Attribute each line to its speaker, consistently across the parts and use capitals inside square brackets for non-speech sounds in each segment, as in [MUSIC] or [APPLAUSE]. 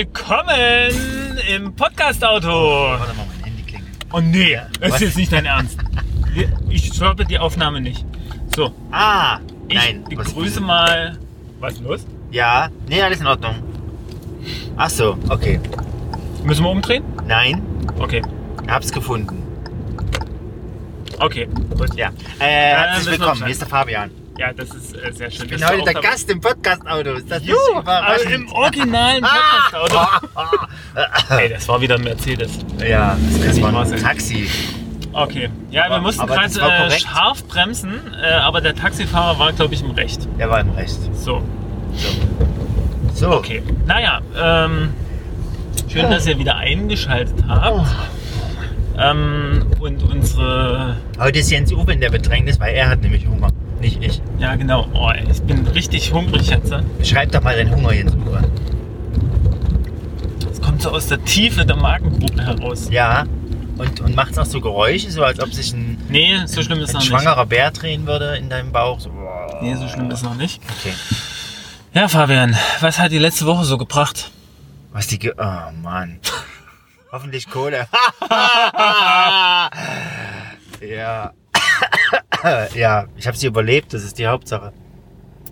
Speaker 1: Willkommen im Podcast-Auto.
Speaker 2: Warte mal, mein Handy klingelt.
Speaker 1: Oh nee, das ist
Speaker 2: Was?
Speaker 1: jetzt nicht dein Ernst. Wir- Ich stoppe die Aufnahme nicht. So,
Speaker 2: Ah,
Speaker 1: ich
Speaker 2: nein. was-
Speaker 1: begrüße mal. Was ist los?
Speaker 2: Ja, nee, alles in Ordnung. Ach so, okay.
Speaker 1: Müssen wir umdrehen?
Speaker 2: Nein,
Speaker 1: Okay,
Speaker 2: hab's gefunden.
Speaker 1: okay, gut.
Speaker 2: Ja. Äh, herzlich
Speaker 1: müssen wir
Speaker 2: willkommen,
Speaker 1: Bescheid.
Speaker 2: hier ist der Fabian.
Speaker 1: Ja, das ist äh, sehr schön.
Speaker 2: Ich bin heute der Gast im Podcast-Auto. Ist das
Speaker 1: Juh,
Speaker 2: nicht
Speaker 1: aber
Speaker 2: überraschend?
Speaker 1: im
Speaker 2: Ah!
Speaker 1: originalen Podcast-Auto. Ey, das war wieder ein Mercedes.
Speaker 2: [LAUGHS] Ja, das
Speaker 1: nicht
Speaker 2: war
Speaker 1: wahr
Speaker 2: ein
Speaker 1: sein.
Speaker 2: Taxi.
Speaker 1: Okay, ja, wir
Speaker 2: Aber-
Speaker 1: mussten
Speaker 2: aber
Speaker 1: gerade
Speaker 2: das war
Speaker 1: äh,
Speaker 2: korrekt.
Speaker 1: scharf bremsen, äh, aber der Taxifahrer war, glaube ich, im Recht.
Speaker 2: Der war im Recht.
Speaker 1: So,
Speaker 2: So.
Speaker 1: okay. Naja, ähm, schön, dass ihr wieder eingeschaltet habt. Ähm, und unsere,
Speaker 2: Heute ist Jens Uwe in der Bedrängnis, weil er hat nämlich Hunger. Nicht ich.
Speaker 1: ja genau, oh, ich bin richtig hungrig jetzt. ne?
Speaker 2: Beschreib doch mal deinen Hunger, Jens Uwe.
Speaker 1: Es kommt so aus der Tiefe der Magengrube heraus.
Speaker 2: Ja. Und, und macht's auch so Geräusche, so als ob sich ein
Speaker 1: Nee, so schlimm ist
Speaker 2: ein
Speaker 1: noch nicht.
Speaker 2: schwangerer Bär drehen würde in deinem Bauch. So, boah.
Speaker 1: Nee, so schlimm ist noch nicht.
Speaker 2: Okay.
Speaker 1: Ja, Fabian, was hat die letzte Woche so gebracht?
Speaker 2: Was die. Ge oh Mann.
Speaker 1: [LAUGHS]
Speaker 2: Hoffentlich Kohle. [LAUGHS] ja. [COUGHS] ja, ich habe sie überlebt, das ist die Hauptsache.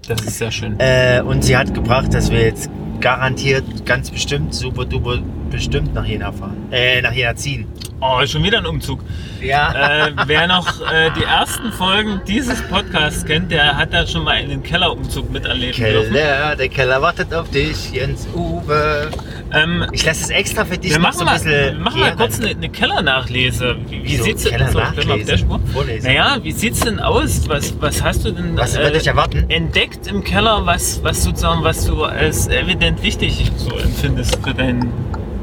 Speaker 1: Das ist sehr schön.
Speaker 2: Äh, und sie hat gebracht, dass wir jetzt garantiert, ganz bestimmt, super duper bestimmt nach Jena fahren. Äh, nach Jena ziehen.
Speaker 1: Oh, schon wieder ein Umzug.
Speaker 2: Ja.
Speaker 1: äh, wer noch äh, die ersten Folgen dieses Podcasts kennt, der hat da schon mal einen Kellerumzug miterleben dürfen.
Speaker 2: Keller, der Keller wartet auf dich, Jens Uwe.
Speaker 1: Ähm,
Speaker 2: Ich lasse es extra für dich
Speaker 1: wir
Speaker 2: noch
Speaker 1: machen,
Speaker 2: so ein
Speaker 1: mal,
Speaker 2: bisschen.
Speaker 1: wir machen mal
Speaker 2: Ehren.
Speaker 1: kurz eine, eine Kellernachlese. Wie, wie
Speaker 2: Wieso?
Speaker 1: sieht's denn
Speaker 2: Keller
Speaker 1: so, bleib mal auf der
Speaker 2: nachlesen?
Speaker 1: Spur?
Speaker 2: Vorlesen.
Speaker 1: Naja, äh, wie sieht's denn aus? Was, was hast du denn
Speaker 2: Was würde ich erwarten?
Speaker 1: entdeckt im Keller, was, was sozusagen, was du als evident wichtig so empfindest für dein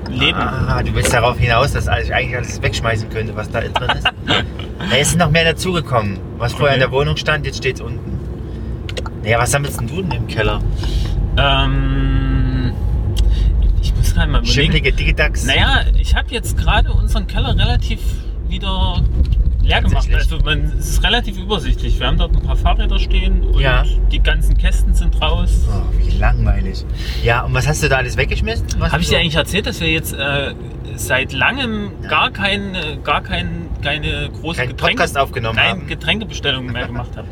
Speaker 1: Leben?
Speaker 2: Ah, du willst darauf hinaus, dass ich eigentlich alles wegschmeißen könnte, was da drin
Speaker 1: [LAUGHS]
Speaker 2: ist. da ist noch mehr dazugekommen. Was vorher in
Speaker 1: Okay.
Speaker 2: der Wohnung stand, jetzt steht es unten. Naja, was sammelst denn du denn im Keller? Ah.
Speaker 1: Ähm, ich muss gerade mal überlegen.
Speaker 2: Schimmelige Digitax?
Speaker 1: Naja, ich habe jetzt gerade unseren Keller relativ wieder leer gemacht.
Speaker 2: Tatsächlich?
Speaker 1: Also man, es ist relativ übersichtlich. Wir haben dort ein paar Fahrräder stehen und
Speaker 2: Ja.
Speaker 1: die ganzen Kästen sind raus.
Speaker 2: Oh, wie langweilig. Ja, und was hast du da alles weggeschmissen? Was
Speaker 1: Habe ich
Speaker 2: so?
Speaker 1: dir eigentlich erzählt, dass wir jetzt äh, seit langem gar, kein, äh, gar kein, keine große
Speaker 2: keinen
Speaker 1: Getränke,
Speaker 2: Podcast aufgenommen
Speaker 1: nein,
Speaker 2: haben?
Speaker 1: Getränkebestellungen mehr gemacht
Speaker 2: [LAUGHS]
Speaker 1: haben?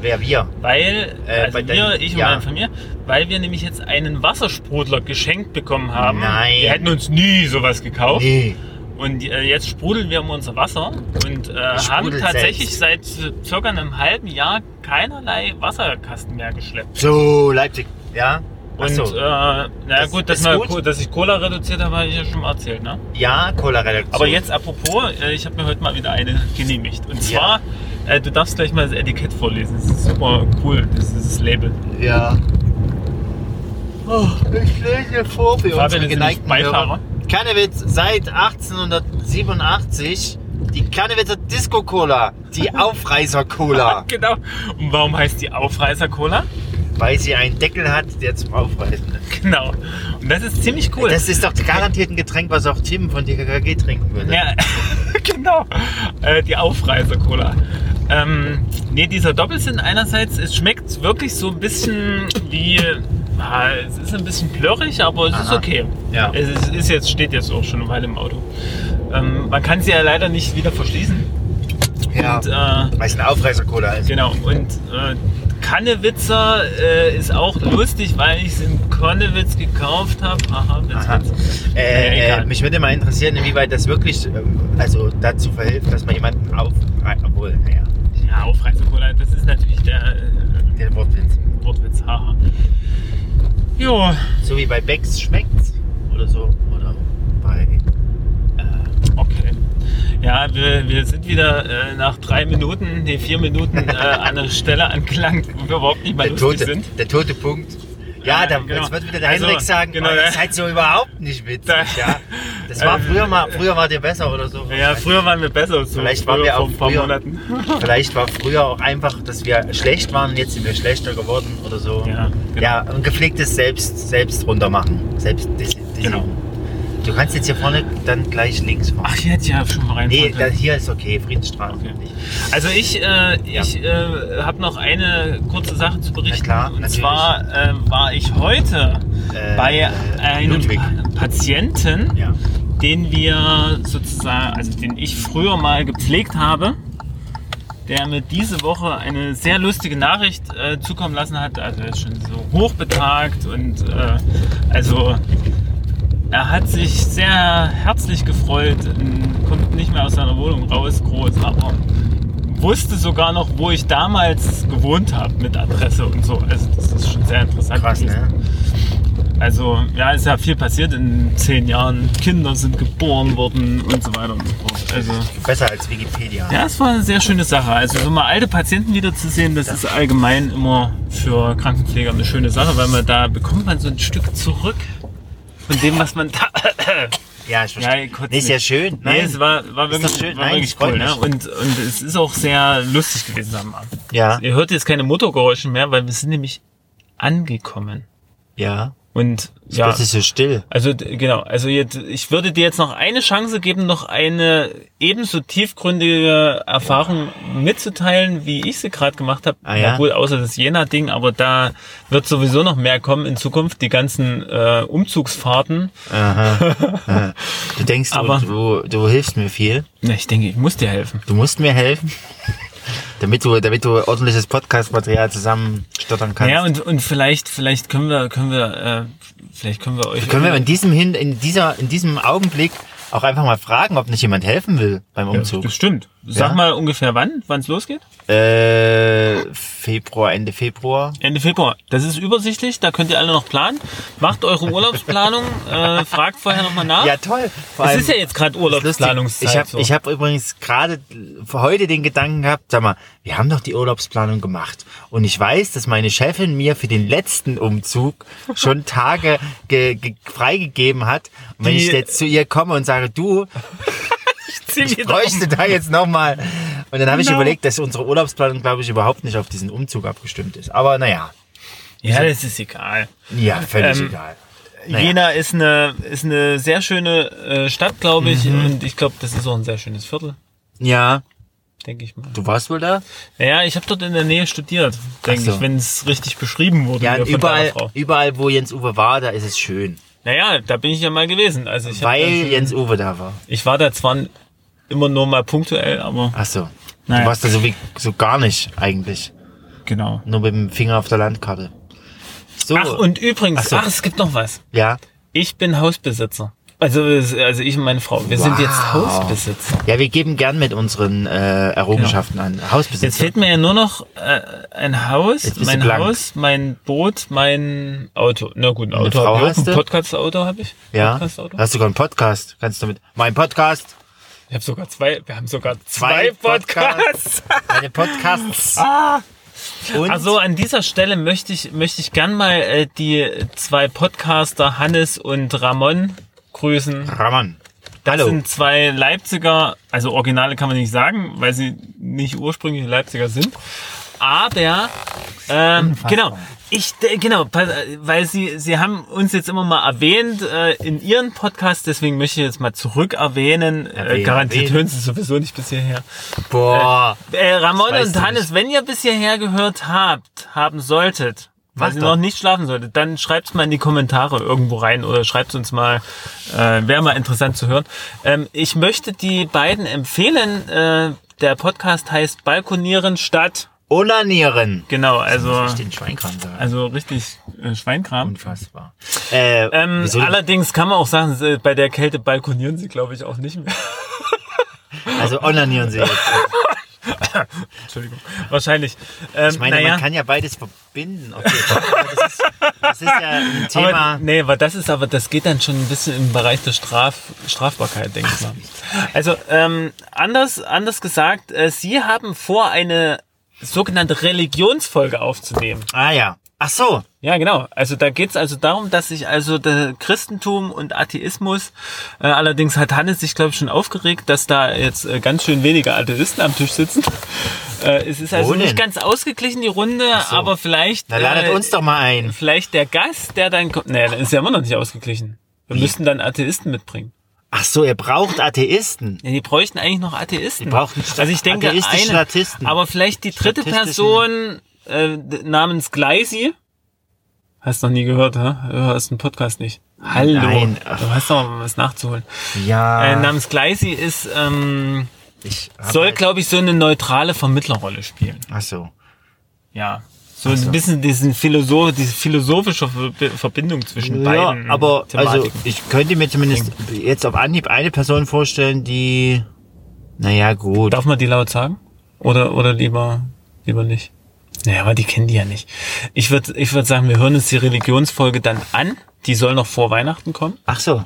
Speaker 2: Wer wir?
Speaker 1: Weil,
Speaker 2: Äh,
Speaker 1: also
Speaker 2: bei
Speaker 1: wir,
Speaker 2: deinem-
Speaker 1: ich und
Speaker 2: ja.
Speaker 1: meine Familie, weil wir nämlich jetzt einen Wassersprudler geschenkt bekommen haben.
Speaker 2: Nein.
Speaker 1: Wir hätten uns nie sowas gekauft.
Speaker 2: Nee.
Speaker 1: Und äh, jetzt sprudeln wir um unser Wasser und äh,
Speaker 2: Ich
Speaker 1: haben
Speaker 2: sprudel
Speaker 1: tatsächlich seit circa einem halben Jahr keinerlei Wasserkasten mehr geschleppt.
Speaker 2: So, Leipzig. Ja? Ach
Speaker 1: Und
Speaker 2: so.
Speaker 1: äh, naja
Speaker 2: Das
Speaker 1: gut, dass,
Speaker 2: ist
Speaker 1: wir,
Speaker 2: gut.
Speaker 1: Co- dass ich Cola reduziert habe, habe ich ja schon mal erzählt. Ne?
Speaker 2: ja, Cola-Redaktion.
Speaker 1: Aber jetzt apropos, äh, ich habe mir heute mal wieder eine [LAUGHS] genehmigt. Und zwar, äh, du darfst gleich mal das Etikett vorlesen. Das ist super cool, das ist das Label.
Speaker 2: Ja. Oh, ich lese vor für
Speaker 1: Fabian
Speaker 2: unsere
Speaker 1: ist
Speaker 2: geneigten
Speaker 1: nämlich Beifahrer.
Speaker 2: Hörer. Cannewitz seit 1887 die Cannewitzer Disco Cola,
Speaker 1: [LAUGHS]
Speaker 2: die Aufreißer Cola,
Speaker 1: Genau. Und warum heißt die Aufreißer Cola?
Speaker 2: weil sie einen Deckel hat, der zum Aufreißen
Speaker 1: [LAUGHS]
Speaker 2: ist.
Speaker 1: Genau. Und das ist ziemlich cool.
Speaker 2: Das ist doch garantiert ein Getränk, was auch Tim von DKKG trinken würde.
Speaker 1: Ja, [LAUGHS] genau. Äh, die Aufreiser-Cola. Ähm, nee, dieser Doppelsinn einerseits, es schmeckt wirklich so ein bisschen wie, ah, es ist ein bisschen plörrig, aber es ist
Speaker 2: Aha.
Speaker 1: okay.
Speaker 2: Ja.
Speaker 1: Es ist, ist jetzt, steht jetzt auch schon eine Weile im Auto. Ähm, man kann sie ja leider nicht wieder verschließen.
Speaker 2: Ja,
Speaker 1: Und, äh,
Speaker 2: weil es ein Aufreißer Cola ist.
Speaker 1: Genau, und äh, Kannewitzer äh, ist auch lustig, weil ich es in Konnewitz gekauft habe. Aha, Witz,
Speaker 2: Aha.
Speaker 1: Witz.
Speaker 2: Äh,
Speaker 1: egal.
Speaker 2: äh, mich würde mal interessieren, inwieweit das wirklich ähm, also dazu verhilft, dass man jemanden aufreißt. Obwohl, naja,
Speaker 1: Ja, Aufreiser-Cola, das ist natürlich der äh,
Speaker 2: den Wortwitz.
Speaker 1: Wortwitz, haha. Jo,
Speaker 2: So wie bei Becks schmeckt's oder so. Oder bei.
Speaker 1: okay. Ja, wir, wir sind wieder äh, nach drei Minuten, nee, vier Minuten äh, an einer Stelle angelangt, wo wir überhaupt nicht mehr
Speaker 2: Der
Speaker 1: lustig
Speaker 2: tote,
Speaker 1: sind.
Speaker 2: der tote Punkt. Ja,
Speaker 1: Ja,
Speaker 2: da,
Speaker 1: genau.
Speaker 2: jetzt wird wieder der
Speaker 1: Also,
Speaker 2: Hendrik sagen,
Speaker 1: genau,
Speaker 2: oh,
Speaker 1: ja.
Speaker 2: ihr seid so überhaupt nicht witzig.
Speaker 1: Da-
Speaker 2: ja. Das war
Speaker 1: Äh,
Speaker 2: früher mal, früher war dir besser oder so. Also
Speaker 1: Ja, früher waren wir besser. So
Speaker 2: Vielleicht
Speaker 1: früher
Speaker 2: waren wir
Speaker 1: vor
Speaker 2: auch
Speaker 1: ein paar
Speaker 2: früher-
Speaker 1: Monaten.
Speaker 2: Vielleicht war früher auch einfach, dass wir schlecht waren und jetzt sind wir schlechter geworden oder so.
Speaker 1: Ja, genau.
Speaker 2: ja und gepflegtes Selbst, selbst runtermachen. Selbst dis- dis-
Speaker 1: Genau.
Speaker 2: Du kannst jetzt hier vorne dann gleich links
Speaker 1: Ach,
Speaker 2: fahren.
Speaker 1: hier hätte ich ja schon mal rein.
Speaker 2: Nee,
Speaker 1: fahren
Speaker 2: da,
Speaker 1: können.
Speaker 2: hier ist okay, Friedensstraße.
Speaker 1: Okay.
Speaker 2: nicht.
Speaker 1: Also ich, äh, ich äh, habe noch eine kurze Sache zu berichten.
Speaker 2: Na klar,
Speaker 1: und
Speaker 2: natürlich.
Speaker 1: zwar äh, war ich heute
Speaker 2: äh,
Speaker 1: bei einem
Speaker 2: Ludwig.
Speaker 1: Patienten,
Speaker 2: Ja.
Speaker 1: den wir sozusagen, also den ich früher mal gepflegt habe, der mir diese Woche eine sehr lustige Nachricht äh, zukommen lassen hat. Also er ist schon so hochbetagt und äh, also er hat sich sehr herzlich gefreut, und kommt nicht mehr aus seiner Wohnung raus, groß, aber wusste sogar noch, wo ich damals gewohnt habe mit Adresse und so. Also das ist schon sehr interessant.
Speaker 2: Krass,
Speaker 1: gewesen.
Speaker 2: ne?
Speaker 1: Also, ja, ist ja viel passiert in zehn Jahren. Kinder sind geboren worden und so weiter und so fort. Also,
Speaker 2: Besser als Wikipedia.
Speaker 1: ja, es war eine sehr schöne Sache. Also, so mal alte Patienten wiederzusehen, das ist allgemein immer für Krankenpfleger eine schöne Sache, weil man da bekommt man so ein Stück zurück von dem, was man da. [LAUGHS]
Speaker 2: Ja, ich
Speaker 1: Ja,
Speaker 2: verstehe.
Speaker 1: ich kotze
Speaker 2: nee, ist ja schön.
Speaker 1: Nee, es war, war
Speaker 2: Ist
Speaker 1: wirklich,
Speaker 2: doch schön.
Speaker 1: war
Speaker 2: Nein,
Speaker 1: wirklich
Speaker 2: es freut
Speaker 1: cool. Ne?
Speaker 2: mich.
Speaker 1: Und, und es ist auch sehr lustig gewesen am Abend.
Speaker 2: ja,
Speaker 1: Ihr hört jetzt keine Motorgeräusche mehr, weil wir sind nämlich angekommen.
Speaker 2: ja.
Speaker 1: Und ja.
Speaker 2: ja. Das ist so still.
Speaker 1: Also d- genau, also jetzt, ich würde dir jetzt noch eine Chance geben, noch eine ebenso tiefgründige Erfahrung mitzuteilen, wie ich sie gerade gemacht habe.
Speaker 2: Ah ja?
Speaker 1: Na gut, außer das Jena-Ding, aber da wird sowieso noch mehr kommen in Zukunft, die ganzen äh, Umzugsfahrten.
Speaker 2: Du denkst,
Speaker 1: Aber-
Speaker 2: du, du, du hilfst mir viel.
Speaker 1: Na, ich denke, ich muss dir helfen.
Speaker 2: Du musst mir helfen, [LAUGHS] damit du, damit du ordentliches Podcast-Material zusammenstottern kannst.
Speaker 1: Ja, und, und vielleicht, vielleicht können wir, können wir, äh, vielleicht können wir euch. äh,
Speaker 2: Können wir in diesem, Hin in, dieser, in diesem Augenblick auch einfach mal fragen, ob nicht jemand helfen will beim Umzug?
Speaker 1: Bestimmt. Sag
Speaker 2: Ja?
Speaker 1: mal ungefähr wann, wann es losgeht?
Speaker 2: Äh, Februar, Ende Februar.
Speaker 1: Ende Februar. Das ist übersichtlich, da könnt ihr alle noch planen. Macht eure
Speaker 2: [LAUGHS]
Speaker 1: Urlaubsplanung, äh, fragt vorher nochmal nach.
Speaker 2: Ja, toll. Vor
Speaker 1: es
Speaker 2: allem-
Speaker 1: ist ja jetzt gerade
Speaker 2: Das ist lustig.
Speaker 1: Urlaubsplanungszeit.
Speaker 2: Ich habe
Speaker 1: so.
Speaker 2: ich hab übrigens gerade heute den Gedanken gehabt, sag mal, wir haben doch die Urlaubsplanung gemacht. Und ich weiß, dass meine Chefin mir für den letzten Umzug
Speaker 1: [LAUGHS]
Speaker 2: schon Tage ge ge freigegeben hat. Und wenn
Speaker 1: Die-
Speaker 2: ich jetzt zu ihr komme und
Speaker 1: [LAUGHS]
Speaker 2: sage, du,
Speaker 1: Zieh
Speaker 2: ich
Speaker 1: wieder
Speaker 2: bräuchte
Speaker 1: um.
Speaker 2: da jetzt nochmal. Und dann habe ich
Speaker 1: Genau.
Speaker 2: überlegt, dass unsere Urlaubsplanung, glaube ich, überhaupt nicht auf diesen Umzug abgestimmt ist. Aber naja,
Speaker 1: um. Ja, das ist egal.
Speaker 2: ja, völlig
Speaker 1: Ähm,
Speaker 2: egal. Naja.
Speaker 1: Jena ist eine, ist eine sehr schöne äh, Stadt, glaube ich.
Speaker 2: Mhm.
Speaker 1: Und ich glaube, das ist auch ein sehr schönes Viertel,
Speaker 2: Ja,
Speaker 1: denke ich mal.
Speaker 2: du warst wohl da?
Speaker 1: Naja, ich habe dort in der Nähe studiert, denke
Speaker 2: so.
Speaker 1: ich, wenn es richtig beschrieben wurde.
Speaker 2: Ja,
Speaker 1: hier von der
Speaker 2: überall,
Speaker 1: Frau.
Speaker 2: überall, wo Jens Uwe war, da ist es schön.
Speaker 1: Naja, da bin ich ja mal gewesen. Also ich, hab
Speaker 2: Weil
Speaker 1: da schon-
Speaker 2: Jens Uwe da war.
Speaker 1: ich war da zwar immer nur mal punktuell, aber
Speaker 2: Ach so.
Speaker 1: Naja.
Speaker 2: Du warst da so, wie, so gar nicht eigentlich.
Speaker 1: genau.
Speaker 2: Nur mit dem Finger auf der Landkarte. So.
Speaker 1: Ach, und übrigens,
Speaker 2: Ach so.
Speaker 1: ach, es gibt noch was.
Speaker 2: ja.
Speaker 1: Ich bin Hausbesitzer. Also, es- also ich und meine Frau. Wir sind jetzt
Speaker 2: Wow.
Speaker 1: Hausbesitzer.
Speaker 2: Ja, wir geben gern mit unseren äh, Errungenschaften an.
Speaker 1: Genau. Jetzt
Speaker 2: Hausbesitzer.
Speaker 1: fehlt mir ja nur noch äh, ein Haus,
Speaker 2: Jetzt bist du
Speaker 1: mein
Speaker 2: blank.
Speaker 1: Haus, mein Boot, mein Auto. Na gut, ein Auto
Speaker 2: Frau
Speaker 1: habe ich
Speaker 2: hast
Speaker 1: auch. Ein
Speaker 2: du?
Speaker 1: Podcast-Auto habe ich.
Speaker 2: ja.
Speaker 1: Podcast-Auto.
Speaker 2: Hast du sogar einen Podcast? Kannst du mit. Mein Podcast.
Speaker 1: Ich habe sogar zwei, wir haben sogar
Speaker 2: Zwei
Speaker 1: zwei,
Speaker 2: [LAUGHS]
Speaker 1: Podcasts.
Speaker 2: Meine
Speaker 1: [LAUGHS]
Speaker 2: Podcasts.
Speaker 1: Ah.
Speaker 2: Und
Speaker 1: Also an dieser Stelle möchte ich, möchte ich gern mal äh, die zwei Podcaster Hannes und Ramon grüßen.
Speaker 2: Raman.
Speaker 1: Das
Speaker 2: Hallo.
Speaker 1: sind zwei Leipziger, also Originale kann man nicht sagen, weil sie nicht ursprünglich Leipziger sind. Aber ähm, genau, ich äh, genau, pass- äh, weil sie sie haben uns jetzt immer mal erwähnt äh, in ihren Podcast, deswegen möchte ich jetzt mal zurück erwähnen. Äh,
Speaker 2: Erwähnen,
Speaker 1: garantiert
Speaker 2: erwähnen.
Speaker 1: hören sie sowieso nicht bis hierher.
Speaker 2: Boah.
Speaker 1: Äh, Ramon
Speaker 2: Das weißt
Speaker 1: und
Speaker 2: du
Speaker 1: Hannes,
Speaker 2: nicht.
Speaker 1: wenn ihr bis hierher gehört habt, haben solltet, weil
Speaker 2: Macht
Speaker 1: ihr
Speaker 2: doch.
Speaker 1: noch nicht schlafen solltet, dann schreibt's mal in die Kommentare irgendwo rein oder schreibt's uns mal, äh, wäre mal interessant zu hören. Ähm, ich möchte die beiden empfehlen. Äh, der Podcast heißt Balkonieren statt.
Speaker 2: Äh, Onanieren.
Speaker 1: Genau, also,
Speaker 2: Muss ich den Schweinkram sagen.
Speaker 1: also richtig äh, Schweinkram.
Speaker 2: Unfassbar. Äh,
Speaker 1: Ähm,
Speaker 2: wieso-
Speaker 1: allerdings kann man auch sagen, äh, bei der Kälte balkonieren sie, glaube ich, auch nicht mehr. [LAUGHS]
Speaker 2: also onanieren sie jetzt.
Speaker 1: Entschuldigung. Wahrscheinlich. Ähm,
Speaker 2: Ich meine,
Speaker 1: naja.
Speaker 2: man kann ja beides verbinden. Okay. Aber Das ist, das ist ja ein Thema.
Speaker 1: Aber, nee, aber das ist aber, das geht dann schon ein bisschen im Bereich der Straf, Strafbarkeit, denke ich mal. Also, ähm, anders, anders gesagt, äh, Sie haben vor, eine sogenannte Religionsfolge aufzunehmen.
Speaker 2: Ah ja. Ach so.
Speaker 1: Ja, genau. Also da geht's also darum, dass sich also der Christentum und Atheismus, äh, allerdings hat Hannes sich, glaube ich, schon aufgeregt, dass da jetzt äh, ganz schön wenige Atheisten am Tisch sitzen. Äh, es ist also
Speaker 2: Wo
Speaker 1: nicht
Speaker 2: denn?
Speaker 1: ganz ausgeglichen, die Runde,
Speaker 2: so.
Speaker 1: aber vielleicht...
Speaker 2: Na, ladet
Speaker 1: äh,
Speaker 2: uns doch mal ein.
Speaker 1: Vielleicht der Gast, der dann kommt. Naja, dann ist ja immer noch nicht ausgeglichen. Wir müssten dann Atheisten mitbringen.
Speaker 2: Ach so, ihr braucht Atheisten.
Speaker 1: Ja, die bräuchten eigentlich noch Atheisten.
Speaker 2: Die brauchen Sta-
Speaker 1: also ich denke,
Speaker 2: atheistische
Speaker 1: eine,
Speaker 2: Statisten.
Speaker 1: aber vielleicht die dritte Person
Speaker 2: Statistischen-
Speaker 1: äh, namens Gleisi. Hast noch nie gehört, hä? Du hörst einen Podcast nicht. Hallo.
Speaker 2: Nein.
Speaker 1: Du hast doch mal was nachzuholen.
Speaker 2: Ja.
Speaker 1: Äh, namens Gleisi ist, ähm,
Speaker 2: ich hab
Speaker 1: soll,
Speaker 2: halt-
Speaker 1: glaube ich, so eine neutrale Vermittlerrolle spielen.
Speaker 2: Ach so.
Speaker 1: Ja. So, ein bisschen diesen Philosoph, diese philosophische Ver- Verbindung zwischen
Speaker 2: Ja,
Speaker 1: beiden.
Speaker 2: aber also
Speaker 1: Thematiken.
Speaker 2: ich könnte mir zumindest jetzt auf Anhieb eine Person vorstellen, die. Naja, gut.
Speaker 1: Darf man die laut sagen? Oder, oder lieber, lieber nicht? Naja, aber die kennen die ja nicht. Ich würde ich würd sagen, wir hören uns die Religionsfolge dann an. Die soll noch vor Weihnachten kommen.
Speaker 2: Ach so.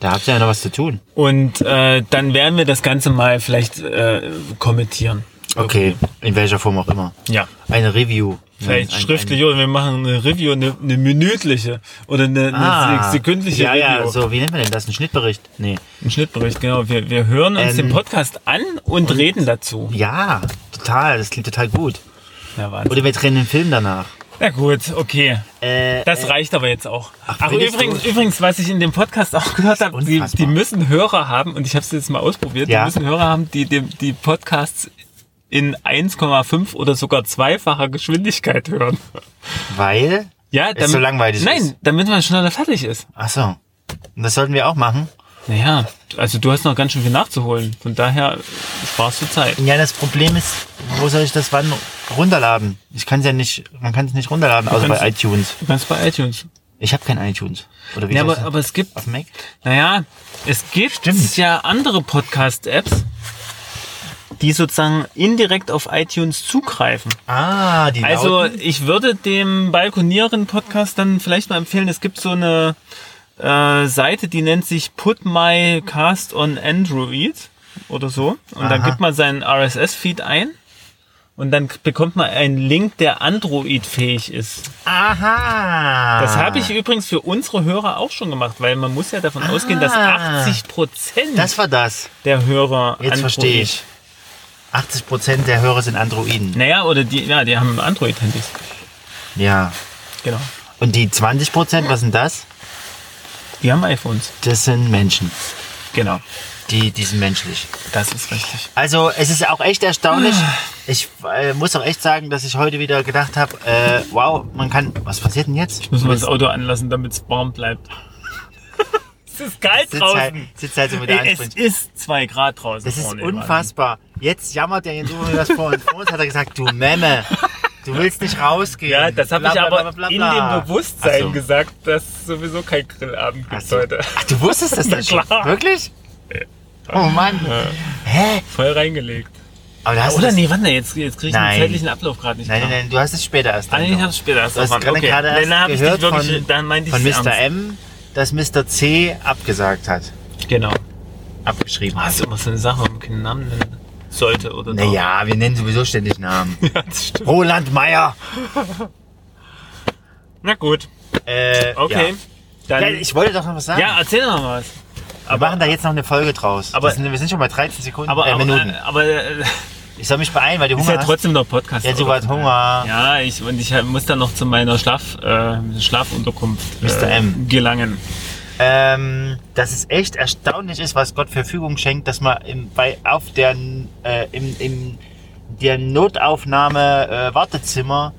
Speaker 2: Da habt ihr ja noch was zu tun.
Speaker 1: Und äh, dann werden wir das Ganze mal vielleicht äh, kommentieren.
Speaker 2: Okay. In welcher Form auch immer.
Speaker 1: Ja.
Speaker 2: Eine Review.
Speaker 1: Vielleicht
Speaker 2: Ein- ein-
Speaker 1: schriftlich oder wir machen eine Review, eine, eine minütliche oder eine,
Speaker 2: Ein, ah,
Speaker 1: eine sekündliche
Speaker 2: ja, also-
Speaker 1: Review.
Speaker 2: ja, so, wie nennt man denn das? Ein Schnittbericht? Nee.
Speaker 1: Ein Schnittbericht, genau. Wir, wir hören uns
Speaker 2: Ähm,
Speaker 1: den Podcast an und, reden dazu.
Speaker 2: Ja, total. Das klingt total gut.
Speaker 1: Ja, Wahnsinn.
Speaker 2: Oder wir drehen den Film danach.
Speaker 1: Na gut, okay.
Speaker 2: Äh,
Speaker 1: Das reicht aber jetzt auch. Ach,
Speaker 2: findest
Speaker 1: übrigens,
Speaker 2: du?
Speaker 1: übrigens, was ich in dem Podcast auch gehört habe, die,
Speaker 2: unfassbar.
Speaker 1: die müssen Hörer haben, und ich habe es jetzt mal ausprobiert,
Speaker 2: Ja.
Speaker 1: die müssen Hörer haben, die die, die Podcasts in 1,5 oder sogar zweifacher Geschwindigkeit hören.
Speaker 2: weil.
Speaker 1: Ja,
Speaker 2: Es so langweilig
Speaker 1: Nein,
Speaker 2: ist.
Speaker 1: damit man schneller fertig ist.
Speaker 2: Ach so. Und das sollten wir auch machen.
Speaker 1: Naja, also du hast noch ganz schön viel nachzuholen. Von daher sparst du Zeit.
Speaker 2: Ja, das Problem ist, wo soll ich das wann runterladen? Ich kann es ja nicht, man kann es nicht runterladen, außer bei
Speaker 1: kannst-
Speaker 2: iTunes.
Speaker 1: Du kannst bei iTunes.
Speaker 2: Ich habe kein iTunes. Oder wie
Speaker 1: Ja,
Speaker 2: soll
Speaker 1: aber,
Speaker 2: ich das-
Speaker 1: aber es gibt,
Speaker 2: auf Mac?
Speaker 1: naja, es gibt
Speaker 2: Stimmt.
Speaker 1: ja andere Podcast-Apps, die sozusagen indirekt auf iTunes zugreifen.
Speaker 2: Ah, die
Speaker 1: Also
Speaker 2: lauten-
Speaker 1: ich würde dem Balkonieren-Podcast dann vielleicht mal empfehlen, es gibt so eine äh, Seite, die nennt sich Put My Cast on Android oder so. Und dann
Speaker 2: Aha.
Speaker 1: gibt man seinen RSS-Feed ein und dann k- bekommt man einen Link, der Android-fähig ist.
Speaker 2: Aha.
Speaker 1: Das habe ich übrigens für unsere Hörer auch schon gemacht, weil man muss ja davon ausgehen, dass
Speaker 2: Ah.
Speaker 1: 80 Prozent
Speaker 2: Das war das.
Speaker 1: der Hörer
Speaker 2: Jetzt verstehe ich. 80 Prozent der Hörer sind Androiden.
Speaker 1: Naja, oder die, ja, die haben Android-Handys.
Speaker 2: Ja.
Speaker 1: Genau.
Speaker 2: Und die 20 Prozent, was sind das?
Speaker 1: Die haben iPhones.
Speaker 2: Das sind Menschen.
Speaker 1: Genau.
Speaker 2: Die, die sind menschlich.
Speaker 1: Das ist richtig.
Speaker 2: Also es ist auch echt erstaunlich. Ich äh, muss auch echt sagen, dass ich heute wieder gedacht habe, äh, wow, man kann. Was passiert denn jetzt? Ich
Speaker 1: Müssen wir das Auto anlassen, damit es warm
Speaker 2: [LAUGHS]
Speaker 1: bleibt. es ist kalt
Speaker 2: sitzt halt,
Speaker 1: draußen.
Speaker 2: sitzt halt so mit der
Speaker 1: Ey,
Speaker 2: Hand
Speaker 1: es
Speaker 2: drin.
Speaker 1: ist zwei Grad draußen.
Speaker 2: Das ist
Speaker 1: vorne im
Speaker 2: unfassbar. Jetzt jammert der Jens Uwe das vor uns. Vor uns hat er gesagt, du Memme, du willst nicht rausgehen.
Speaker 1: Ja, das habe
Speaker 2: Bla,
Speaker 1: ich
Speaker 2: bla,
Speaker 1: aber
Speaker 2: bla, bla,
Speaker 1: in
Speaker 2: bla.
Speaker 1: dem Bewusstsein
Speaker 2: Ach so.
Speaker 1: gesagt, dass sowieso kein Grillabend
Speaker 2: Ach
Speaker 1: gibt
Speaker 2: so.
Speaker 1: heute.
Speaker 2: Ach, du
Speaker 1: [LAUGHS]
Speaker 2: wusstest das
Speaker 1: Na
Speaker 2: dann schon?
Speaker 1: klar.
Speaker 2: Wirklich? Oh Mann. Hä?
Speaker 1: Voll reingelegt.
Speaker 2: Aber da hast du
Speaker 1: Oder
Speaker 2: das,
Speaker 1: nee, warte, jetzt, jetzt kriege ich
Speaker 2: Nein.
Speaker 1: den zeitlichen Ablauf gerade nicht
Speaker 2: Nein, nein,
Speaker 1: klar.
Speaker 2: nein, du hast es später erst.
Speaker 1: Ah, nee, ich
Speaker 2: angenommen.
Speaker 1: hab's später erst
Speaker 2: Du hast
Speaker 1: erfahren.
Speaker 2: gerade
Speaker 1: Okay.
Speaker 2: gerade
Speaker 1: Dann hab
Speaker 2: erst
Speaker 1: ich
Speaker 2: gehört
Speaker 1: dich wirklich,
Speaker 2: von,
Speaker 1: dann meinte ich
Speaker 2: von
Speaker 1: es
Speaker 2: Mr.
Speaker 1: ernst.
Speaker 2: M, dass Mr. C abgesagt hat.
Speaker 1: Genau.
Speaker 2: Abgeschrieben.
Speaker 1: Das ist immer so eine Sache, wenn man keinen Namen nennen sollte oder doch.
Speaker 2: Naja, wir nennen sowieso ständig Namen.
Speaker 1: [LAUGHS] Ja, das stimmt.
Speaker 2: Roland Meyer.
Speaker 1: Na gut,
Speaker 2: Äh,
Speaker 1: okay.
Speaker 2: Ja.
Speaker 1: Dann,
Speaker 2: Ja, ich wollte doch noch was sagen.
Speaker 1: ja, erzähl doch mal was.
Speaker 2: wir machen da jetzt noch eine Folge draus.
Speaker 1: aber-
Speaker 2: das sind, wir sind schon bei 13 Sekunden,
Speaker 1: Aber,
Speaker 2: äh,
Speaker 1: aber,
Speaker 2: Minuten.
Speaker 1: aber äh,
Speaker 2: ich soll mich beeilen, weil du
Speaker 1: ist
Speaker 2: Hunger
Speaker 1: ja
Speaker 2: hast.
Speaker 1: trotzdem noch Podcast.
Speaker 2: Ja, du
Speaker 1: oder?
Speaker 2: hast Hunger.
Speaker 1: Ja, ich, und ich muss dann noch zu meiner Schlaf, äh, Schlafunterkunft
Speaker 2: Mr. M.
Speaker 1: gelangen.
Speaker 2: Ähm, dass es echt erstaunlich ist, was Gott Verfügung schenkt, dass man im, bei, auf der, äh, im, im, der Notaufnahme äh, Wartezimmer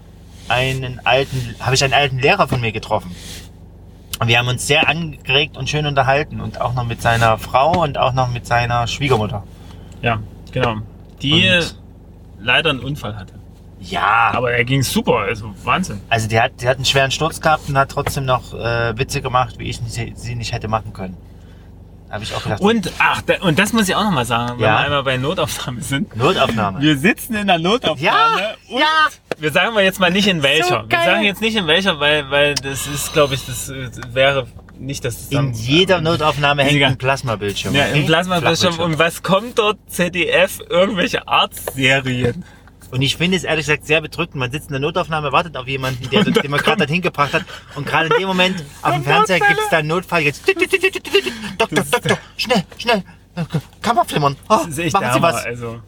Speaker 2: einen alten, habe ich einen alten Lehrer von mir getroffen. Und wir haben uns sehr angeregt und schön unterhalten und auch noch mit seiner Frau und auch noch mit seiner Schwiegermutter.
Speaker 1: Ja, genau. Die
Speaker 2: Und-
Speaker 1: leider einen Unfall hatte.
Speaker 2: Ja,
Speaker 1: Aber er ging super, also Wahnsinn.
Speaker 2: Also die hat, die hat einen schweren Sturz gehabt und hat trotzdem noch äh, Witze gemacht, wie ich sie, sie nicht hätte machen können. Habe ich auch gedacht.
Speaker 1: Und, ach, da, und das muss ich auch nochmal sagen, wenn
Speaker 2: Ja.
Speaker 1: wir einmal bei Notaufnahme sind.
Speaker 2: Notaufnahme.
Speaker 1: Wir sitzen in der Notaufnahme
Speaker 2: ja,
Speaker 1: und
Speaker 2: ja.
Speaker 1: wir sagen mal jetzt mal nicht in welcher. wir
Speaker 2: geil.
Speaker 1: sagen jetzt nicht in welcher, weil, weil das ist, glaube ich, das äh, wäre nicht das zusammen-
Speaker 2: In jeder Notaufnahme hängt
Speaker 1: Egal.
Speaker 2: ein Plasmabildschirm.
Speaker 1: ähm, Ja,
Speaker 2: okay?
Speaker 1: im Plasmabildschirm.
Speaker 2: Flachbildschirm.
Speaker 1: Und was kommt dort? ZDF, irgendwelche Arztserien.
Speaker 2: Und ich finde es ehrlich gesagt sehr bedrückend. Man sitzt in der Notaufnahme, wartet auf
Speaker 1: [LAUGHS]
Speaker 2: jemanden, der, den man gerade dorthin gebracht hat. Und gerade in dem Moment auf dem Fernseher
Speaker 1: Notfälle.
Speaker 2: gibt es da einen Notfall. Jetzt. tüt, tüt, tüt, tüt, tüt, tüt. Doktor, Doktor, schnell, schnell. Kammerflimmern. Oh,
Speaker 1: Das ist echt
Speaker 2: machen Sie
Speaker 1: der Hammer,
Speaker 2: was.
Speaker 1: Also.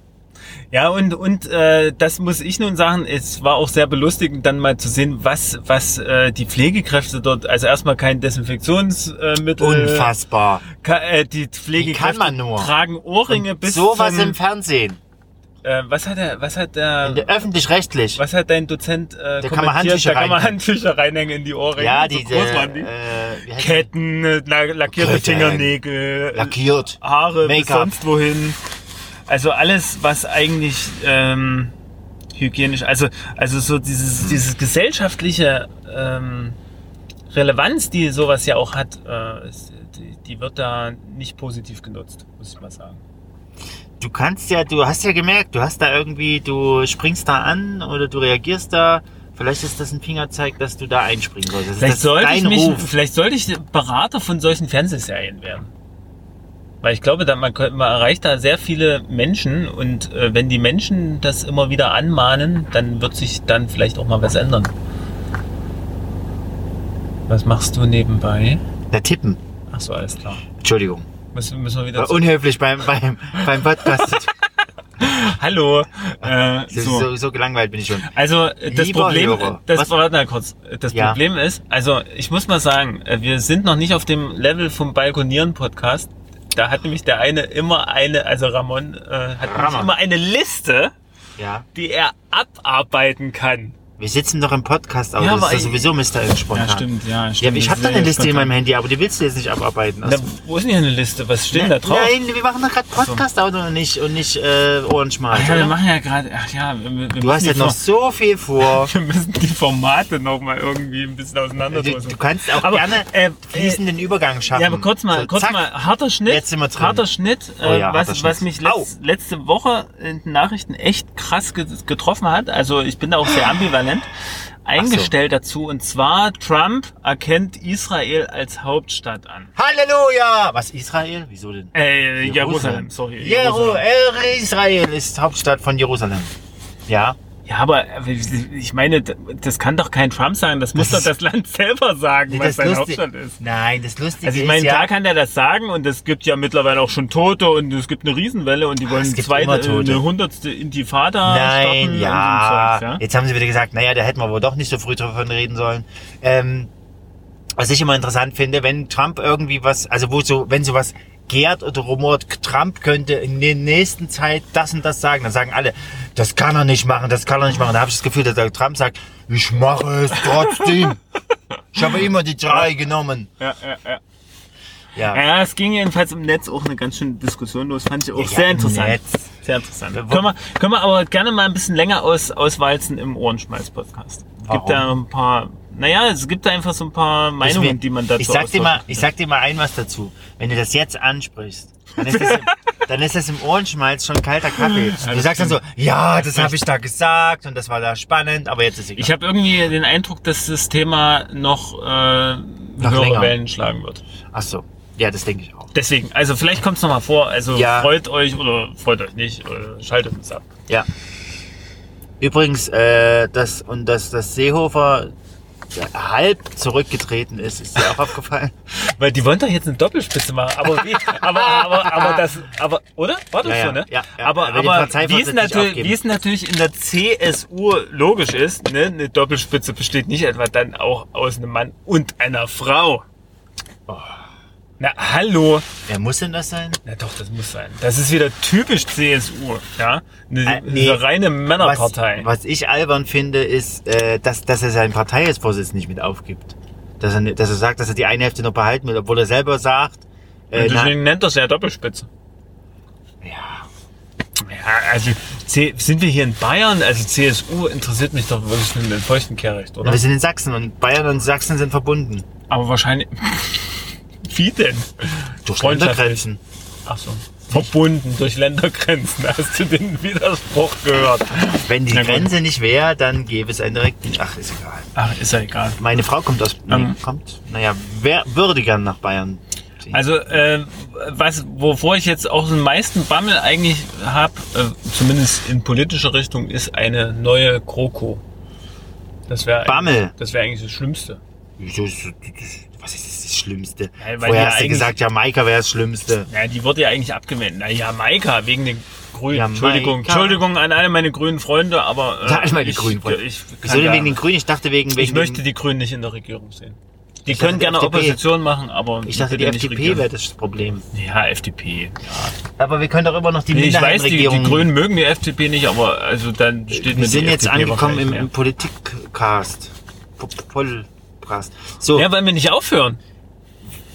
Speaker 1: Ja, und, und äh, das muss ich nun sagen, es war auch sehr belustigend, dann mal zu sehen, was, was äh, die Pflegekräfte dort, also erstmal kein Desinfektionsmittel.
Speaker 2: Unfassbar.
Speaker 1: Ka, äh, die Pflegekräfte
Speaker 2: man nur?
Speaker 1: tragen Ohrringe bis
Speaker 2: Sowas
Speaker 1: zum
Speaker 2: im Fernsehen.
Speaker 1: Äh, was hat der, was hat der,
Speaker 2: In der- Öffentlich-rechtlich.
Speaker 1: was hat dein Dozent äh,
Speaker 2: Da
Speaker 1: kommentiert?
Speaker 2: kann man Handtücher
Speaker 1: da kann man
Speaker 2: reinhängen.
Speaker 1: Handtücher reinhängen in die Ohrringe.
Speaker 2: Ja,
Speaker 1: so
Speaker 2: diese,
Speaker 1: groß waren die.
Speaker 2: Äh, wie heißt
Speaker 1: Ketten, äh, la- lackierte
Speaker 2: Kröten.
Speaker 1: Fingernägel,
Speaker 2: die? Lackiert.
Speaker 1: Haare bis
Speaker 2: Make-up.
Speaker 1: sonst wohin. Also alles, was eigentlich ähm, hygienisch, also, also so dieses, dieses gesellschaftliche ähm, Relevanz, die sowas ja auch hat, äh, ist, die, die wird da nicht positiv genutzt, muss ich mal sagen.
Speaker 2: Du kannst ja, du hast ja gemerkt, du hast da irgendwie, du springst da an oder du reagierst da. Vielleicht ist das ein Fingerzeig, dass du da einspringen solltest. Das ist-
Speaker 1: Vielleicht
Speaker 2: das
Speaker 1: sollte,
Speaker 2: ist
Speaker 1: ich
Speaker 2: dein
Speaker 1: mich,
Speaker 2: Ruf.
Speaker 1: vielleicht sollte ich Berater von solchen Fernsehserien werden. Weil ich glaube, da man, kö- man erreicht da sehr viele Menschen und äh, wenn die Menschen das immer wieder anmahnen, dann wird sich dann vielleicht auch mal was ändern. Was machst du nebenbei?
Speaker 2: Da tippen.
Speaker 1: Ach so, alles klar.
Speaker 2: Entschuldigung.
Speaker 1: Müssen, müssen wir wieder
Speaker 2: War
Speaker 1: zu
Speaker 2: unhöflich beim, beim,
Speaker 1: [LAUGHS]
Speaker 2: beim Podcast.
Speaker 1: Hallo. Äh,
Speaker 2: so.
Speaker 1: so.
Speaker 2: So, so gelangweilt bin ich schon.
Speaker 1: Also äh, das
Speaker 2: Lieber
Speaker 1: Problem,
Speaker 2: Hörer,
Speaker 1: das
Speaker 2: was-
Speaker 1: warte mal kurz. Das
Speaker 2: Ja.
Speaker 1: Problem ist, also ich muss mal sagen, äh, wir sind noch nicht auf dem Level vom Balkonieren Podcast. Da hat nämlich der eine immer eine, also Ramon äh, hat nämlich
Speaker 2: Ramon.
Speaker 1: immer eine Liste,
Speaker 2: Ja.
Speaker 1: die er abarbeiten kann.
Speaker 2: Wir sitzen doch im Podcast aus.
Speaker 1: Ja,
Speaker 2: das
Speaker 1: aber
Speaker 2: ist
Speaker 1: ich-
Speaker 2: doch sowieso Mr. F spontan.
Speaker 1: ja,
Speaker 2: Ja, aber ich habe da eine Liste in meinem Handy, aber die willst du jetzt nicht abarbeiten. Also, ne?
Speaker 1: Na, wo ist denn hier eine Liste? Was steht denn da drauf?
Speaker 2: Nein, wir machen doch gerade Podcast aus und nicht, und nicht äh, Ohrenschmalz.
Speaker 1: Alter, wir
Speaker 2: oder?
Speaker 1: machen ja gerade, ach ja, wir, wir,
Speaker 2: du hast
Speaker 1: müssen
Speaker 2: ja
Speaker 1: die
Speaker 2: noch
Speaker 1: Vor-
Speaker 2: so viel vor.
Speaker 1: [LAUGHS] wir müssen die Formate nochmal irgendwie ein bisschen
Speaker 2: Äh, Du,
Speaker 1: auseinanderdrücken.
Speaker 2: du kannst auch
Speaker 1: Aber,
Speaker 2: gerne
Speaker 1: äh, äh,
Speaker 2: fließenden Übergang schaffen.
Speaker 1: Ja, aber kurz mal,
Speaker 2: So,
Speaker 1: kurz
Speaker 2: zack.
Speaker 1: mal, harter Schnitt.
Speaker 2: Jetzt sind wir drin.
Speaker 1: Harter Schnitt, äh,
Speaker 2: Oh ja,
Speaker 1: was,
Speaker 2: harter
Speaker 1: was
Speaker 2: Schnitt.
Speaker 1: mich letz, letzte Woche in den Nachrichten echt krass ge getroffen hat. Also ich bin da auch sehr ambivalent eingestellt dazu. Und zwar Trump erkennt Israel als Hauptstadt an.
Speaker 2: Halleluja! Was, Israel? Wieso denn?
Speaker 1: Äh, Jerusalem, sorry.
Speaker 2: Jeru äh, Israel ist Hauptstadt von Jerusalem. Ja.
Speaker 1: Ja, aber äh, ich meine, d- das kann doch kein Trump sagen. Das muss
Speaker 2: Das
Speaker 1: doch das Land selber sagen, was seine
Speaker 2: Lusti-
Speaker 1: Hauptstadt ist.
Speaker 2: Nein, das Lustige
Speaker 1: Also ich
Speaker 2: ist
Speaker 1: meine,
Speaker 2: ja,
Speaker 1: klar kann der das sagen und es gibt ja mittlerweile auch schon Tote und es gibt eine Riesenwelle und die wollen
Speaker 2: Ah, gibt
Speaker 1: zweite, äh,
Speaker 2: immer Tote.
Speaker 1: eine hundertste Intifada
Speaker 2: Nein,
Speaker 1: starten
Speaker 2: ja.
Speaker 1: und so ein Zeugs,
Speaker 2: Jetzt haben sie wieder gesagt, naja, da hätten wir wohl doch nicht so früh davon reden sollen. Ähm, was ich immer interessant finde, wenn Trump irgendwie was, also wo so, wenn sowas gärt oder rumort, Trump könnte in der nächsten Zeit das und das sagen, dann sagen alle, das kann er nicht machen, das kann er nicht machen. Da habe ich das Gefühl, dass der Trump sagt, ich mache es trotzdem. ich habe immer die drei genommen.
Speaker 1: ja. Ja, ja,
Speaker 2: Ja.
Speaker 1: ja. ja, es ging jedenfalls im Netz auch eine ganz schöne Diskussion los, fand ich auch
Speaker 2: Ja,
Speaker 1: sehr
Speaker 2: im
Speaker 1: interessant.
Speaker 2: Netz.
Speaker 1: Sehr interessant.
Speaker 2: Wir-
Speaker 1: Können wir, können wir aber gerne mal ein bisschen länger aus, auswalzen im Ohrenschmalz-Podcast. Gibt
Speaker 2: Warum?
Speaker 1: da ein paar, naja, es gibt da einfach so ein paar
Speaker 2: Ich
Speaker 1: Meinungen,
Speaker 2: will-
Speaker 1: die man dazu
Speaker 2: Also ich sag, dir
Speaker 1: austauschen
Speaker 2: mal,
Speaker 1: kann.
Speaker 2: ich sag dir mal ein was dazu. Wenn du das jetzt ansprichst, dann ist das, [LAUGHS] im, dann ist das im Ohrenschmalz schon kalter Kaffee. Du sagst dann so, ja, das habe ich da gesagt und das war da spannend, aber jetzt ist egal.
Speaker 1: Ich habe irgendwie den Eindruck, dass das Thema noch, äh, höhere
Speaker 2: länger.
Speaker 1: Wellen schlagen wird.
Speaker 2: Ach so. Ja, das denke ich auch.
Speaker 1: Deswegen, also vielleicht kommt es nochmal vor. Also
Speaker 2: Ja.
Speaker 1: freut euch oder freut euch nicht, äh, schaltet uns ab.
Speaker 2: Ja. Übrigens, äh, das und dass das Seehofer halb zurückgetreten ist, ist dir auch aufgefallen?
Speaker 1: Weil die wollen doch jetzt eine Doppelspitze machen, aber
Speaker 2: [LAUGHS]
Speaker 1: wie, aber, aber, aber das, aber, oder? War das
Speaker 2: Ja, ja,
Speaker 1: so, ne?
Speaker 2: ja, ja.
Speaker 1: aber,
Speaker 2: Aber die
Speaker 1: aber,
Speaker 2: Partei
Speaker 1: wie
Speaker 2: wird
Speaker 1: es
Speaker 2: das nicht
Speaker 1: natürlich,
Speaker 2: aufgeben.
Speaker 1: wie es natürlich in der CSU logisch ist, ne? Eine Doppelspitze besteht nicht etwa dann auch aus einem Mann und einer Frau. Na, hallo.
Speaker 2: Wer muss denn das sein?
Speaker 1: Na doch, das muss sein. Das ist wieder typisch CSU, ja? Eine,
Speaker 2: Äh, nee.
Speaker 1: eine reine Männerpartei.
Speaker 2: Was, was ich albern finde, ist, äh, dass, dass er seinen Parteivorsitz nicht mit aufgibt. Dass er, dass er sagt, dass er die eine Hälfte noch behalten will, obwohl er selber sagt, äh, na,
Speaker 1: Deswegen nennt das ja Doppelspitze.
Speaker 2: ja,
Speaker 1: Ja, also C sind wir hier in Bayern? Also CSU interessiert mich doch wirklich in den feuchten Kehricht, oder?
Speaker 2: wir sind in Sachsen und Bayern und Sachsen sind verbunden.
Speaker 1: Aber wahrscheinlich. [LAUGHS] Wie denn?
Speaker 2: Durch
Speaker 1: Freundschaftlich.
Speaker 2: Ländergrenzen.
Speaker 1: Achso. Verbunden durch Ländergrenzen. [LAUGHS] Hast du den Widerspruch gehört?
Speaker 2: Wenn die
Speaker 1: Na gut.
Speaker 2: Grenze nicht wäre, dann gäbe es einen direkten. Ach, ist egal.
Speaker 1: Ach, ist ja egal.
Speaker 2: Meine Frau kommt aus. Nee,
Speaker 1: Ähm.
Speaker 2: kommt? Naja, wer würde gern nach Bayern? ziehen?
Speaker 1: Also, äh, was, wovor ich jetzt auch den meisten Bammel eigentlich habe, äh, zumindest in politischer Richtung, ist eine neue GroKo. Das wäre
Speaker 2: Bammel.
Speaker 1: Das wäre eigentlich das Schlimmste.
Speaker 2: Wieso ist das- das- was ist das, das Schlimmste?
Speaker 1: weil die
Speaker 2: Vorher hast du
Speaker 1: eigentlich-
Speaker 2: gesagt, Jamaika wäre das Schlimmste.
Speaker 1: Ja, die wurde ja eigentlich abgewendet. Na, Jamaika, wegen den Grünen.
Speaker 2: Jamaika.
Speaker 1: Entschuldigung, Entschuldigung an alle meine grünen Freunde, aber. äh,
Speaker 2: Ja, ich meine, die grünen Freunde.
Speaker 1: Ich, ich,
Speaker 2: Wieso
Speaker 1: kann
Speaker 2: denn
Speaker 1: da-
Speaker 2: wegen den Grünen? Ich dachte wegen, wegen
Speaker 1: ich möchte
Speaker 2: den-
Speaker 1: die Grünen nicht in der Regierung sehen. Die
Speaker 2: Ich dachte,
Speaker 1: können
Speaker 2: die
Speaker 1: gerne
Speaker 2: FDP.
Speaker 1: Opposition machen, aber
Speaker 2: Ich dachte, die
Speaker 1: bitte nicht
Speaker 2: FDP
Speaker 1: regieren.
Speaker 2: wäre das Problem.
Speaker 1: Ja, FDP.
Speaker 2: Aber wir können doch immer noch die
Speaker 1: Nee, ich weiß, die,
Speaker 2: Minderheitenregierung...
Speaker 1: die Grünen mögen die FDP nicht, aber also dann steht mir
Speaker 2: Wir sind
Speaker 1: die
Speaker 2: jetzt
Speaker 1: FDP
Speaker 2: angekommen
Speaker 1: wahrscheinlich
Speaker 2: im,
Speaker 1: mehr.
Speaker 2: im Politikcast. Po- po- Podcast. So,
Speaker 1: Ja, weil wir nicht aufhören.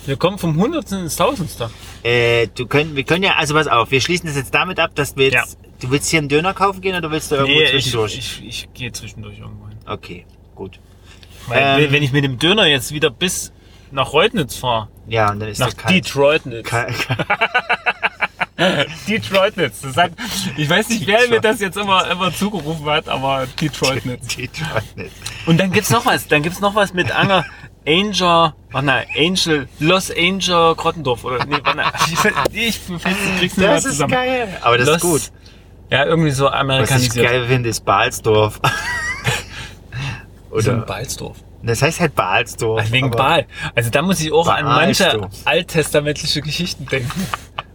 Speaker 1: Wir kommen vom Hundertsten ins Tausendste.
Speaker 2: äh, du können, wir können ja, also pass auf, wir schließen das jetzt damit ab, dass wir jetzt, du willst hier einen Döner kaufen gehen oder willst du irgendwo
Speaker 1: ich,
Speaker 2: zwischendurch?
Speaker 1: ich, ich gehe zwischendurch irgendwo hin.
Speaker 2: okay, gut.
Speaker 1: Weil,
Speaker 2: Ähm,
Speaker 1: wenn ich mit dem Döner jetzt wieder bis nach Reutnitz fahre,
Speaker 2: Ja, und dann ist
Speaker 1: nach
Speaker 2: das kalt.
Speaker 1: Detroitnitz.
Speaker 2: Ka-
Speaker 1: [LAUGHS]
Speaker 2: ka-
Speaker 1: Detroitnitz. Das hat, ich weiß nicht, wer mir das jetzt immer, immer zugerufen hat,
Speaker 2: [LAUGHS]
Speaker 1: aber Detroitnitz.
Speaker 2: Detroit nicht.
Speaker 1: Und dann gibt's noch was. Dann gibt's noch was mit Anger. Angel, oh nein, Angel, Los Angel Grottendorf oder nee, warte, nein. ich ich krieg's nicht mehr
Speaker 2: Das ist
Speaker 1: zusammen.
Speaker 2: geil. Aber das
Speaker 1: Los,
Speaker 2: ist gut.
Speaker 1: Ja, irgendwie so
Speaker 2: Was ich
Speaker 1: amerikanisiert.
Speaker 2: geil finde,
Speaker 1: [LAUGHS]
Speaker 2: ist Balsdorf. [LAUGHS]
Speaker 1: So ein
Speaker 2: oder,
Speaker 1: Balsdorf.
Speaker 2: das heißt halt Balsdorf.
Speaker 1: Ach, wegen
Speaker 2: aber-
Speaker 1: Baal. Also da muss ich auch an manche
Speaker 2: Baalsdorf.
Speaker 1: alttestamentliche Geschichten denken.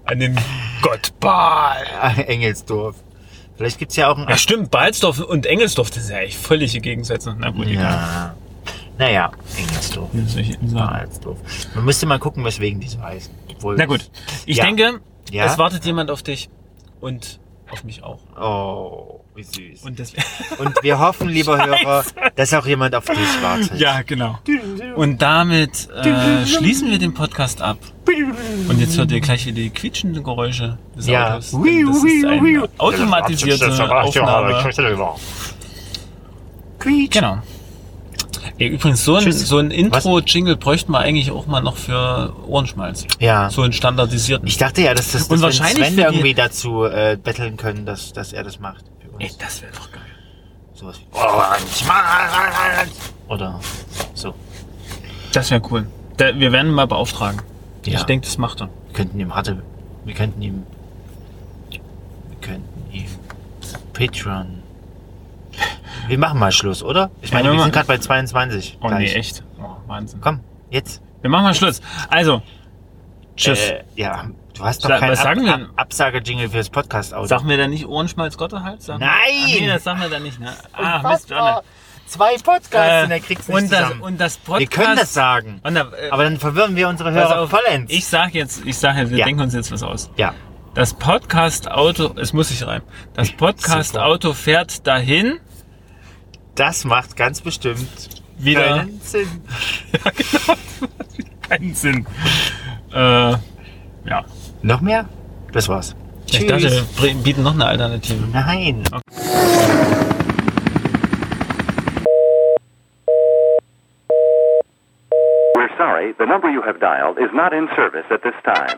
Speaker 1: An den Gott Baal.
Speaker 2: Engelsdorf. Vielleicht gibt's ja auch ein
Speaker 1: Ja, stimmt, Balsdorf und Engelsdorf, das sind ja eigentlich völlige Gegensätze. Na gut, egal.
Speaker 2: Ja. Naja, Engelsdorf.
Speaker 1: Das ist nicht sagen.
Speaker 2: Engelsdorf. Man müsste mal gucken, weswegen die so heißen. Obwohl-
Speaker 1: Na gut, ich
Speaker 2: Ja.
Speaker 1: denke,
Speaker 2: Ja?
Speaker 1: es wartet jemand auf dich und auf mich auch.
Speaker 2: Oh, wie süß. Und,
Speaker 1: Und [LAUGHS] deswegen.
Speaker 2: wir hoffen, lieber Hörer, dass auch jemand auf dich wartet.
Speaker 1: Ja, genau. Und damit äh, schließen wir den Podcast ab. Und jetzt hört ihr gleich wieder die quietschenden Geräusche des
Speaker 2: Ja.
Speaker 1: Autos. Denn Das ist eine automatisierte Aufnahme.
Speaker 2: Quietsch.
Speaker 1: Genau. Ja, übrigens, so ein,
Speaker 2: Tschüss.
Speaker 1: so ein Intro-Jingle bräuchten wir eigentlich auch mal noch für Ohrenschmalz.
Speaker 2: Ja.
Speaker 1: So einen standardisierten.
Speaker 2: Ich dachte ja, dass das dass
Speaker 1: Und
Speaker 2: wir
Speaker 1: wahrscheinlich
Speaker 2: Sven
Speaker 1: für die-
Speaker 2: irgendwie dazu äh, betteln können, dass, dass er das macht. Für uns.
Speaker 1: Ey, das wäre doch geil.
Speaker 2: Sowas wie Orange Mann. Oder so.
Speaker 1: Das wäre cool. Da, wir werden ihn mal beauftragen.
Speaker 2: Ja.
Speaker 1: Ich denke, das macht er.
Speaker 2: Wir könnten ihm Ratte. Wir könnten ihm. Wir könnten ihm. Patreon. Wir machen mal Schluss, oder? Ich meine,
Speaker 1: Ja,
Speaker 2: wir
Speaker 1: wir
Speaker 2: sind
Speaker 1: machen-
Speaker 2: gerade bei 22.
Speaker 1: Oh
Speaker 2: gleich.
Speaker 1: nee, echt. Oh, Wahnsinn.
Speaker 2: Komm, jetzt.
Speaker 1: Wir machen mal Schluss. Also, tschüss.
Speaker 2: Äh, ja, du hast doch
Speaker 1: Sag-
Speaker 2: keinen
Speaker 1: was sagen wir
Speaker 2: Ab
Speaker 1: denn?
Speaker 2: Ab Absager-Jingle fürs Podcast-Auto.
Speaker 1: Sagen wir da nicht Ohrenschmalz Gottehals? Sagen wir-
Speaker 2: Nein!
Speaker 1: Ah, nee, das sagen wir da nicht. Ne? Ah, Mist, Anna.
Speaker 2: Zwei Podcasts
Speaker 1: Äh,
Speaker 2: und er kriegt's nicht
Speaker 1: und, das,
Speaker 2: zusammen.
Speaker 1: und das Podcast...
Speaker 2: wir können das sagen.
Speaker 1: Und da, äh,
Speaker 2: Aber dann verwirren wir unsere
Speaker 1: pass
Speaker 2: Hörer
Speaker 1: auf,
Speaker 2: vollends.
Speaker 1: Ich sag jetzt, ich sag jetzt, wir
Speaker 2: Ja.
Speaker 1: denken uns jetzt was aus.
Speaker 2: ja.
Speaker 1: Das Podcast-Auto, es muss sich rein. Das Podcast-Auto fährt dahin.
Speaker 2: Das macht ganz bestimmt
Speaker 1: Wieder.
Speaker 2: keinen Sinn.
Speaker 1: Keinen Sinn. Äh, ja.
Speaker 2: Noch mehr? Das war's.
Speaker 1: Ich dachte, wir br- bieten noch eine Alternative.
Speaker 2: Nein.
Speaker 3: We're sorry, the number you have dialed is not in service at this time.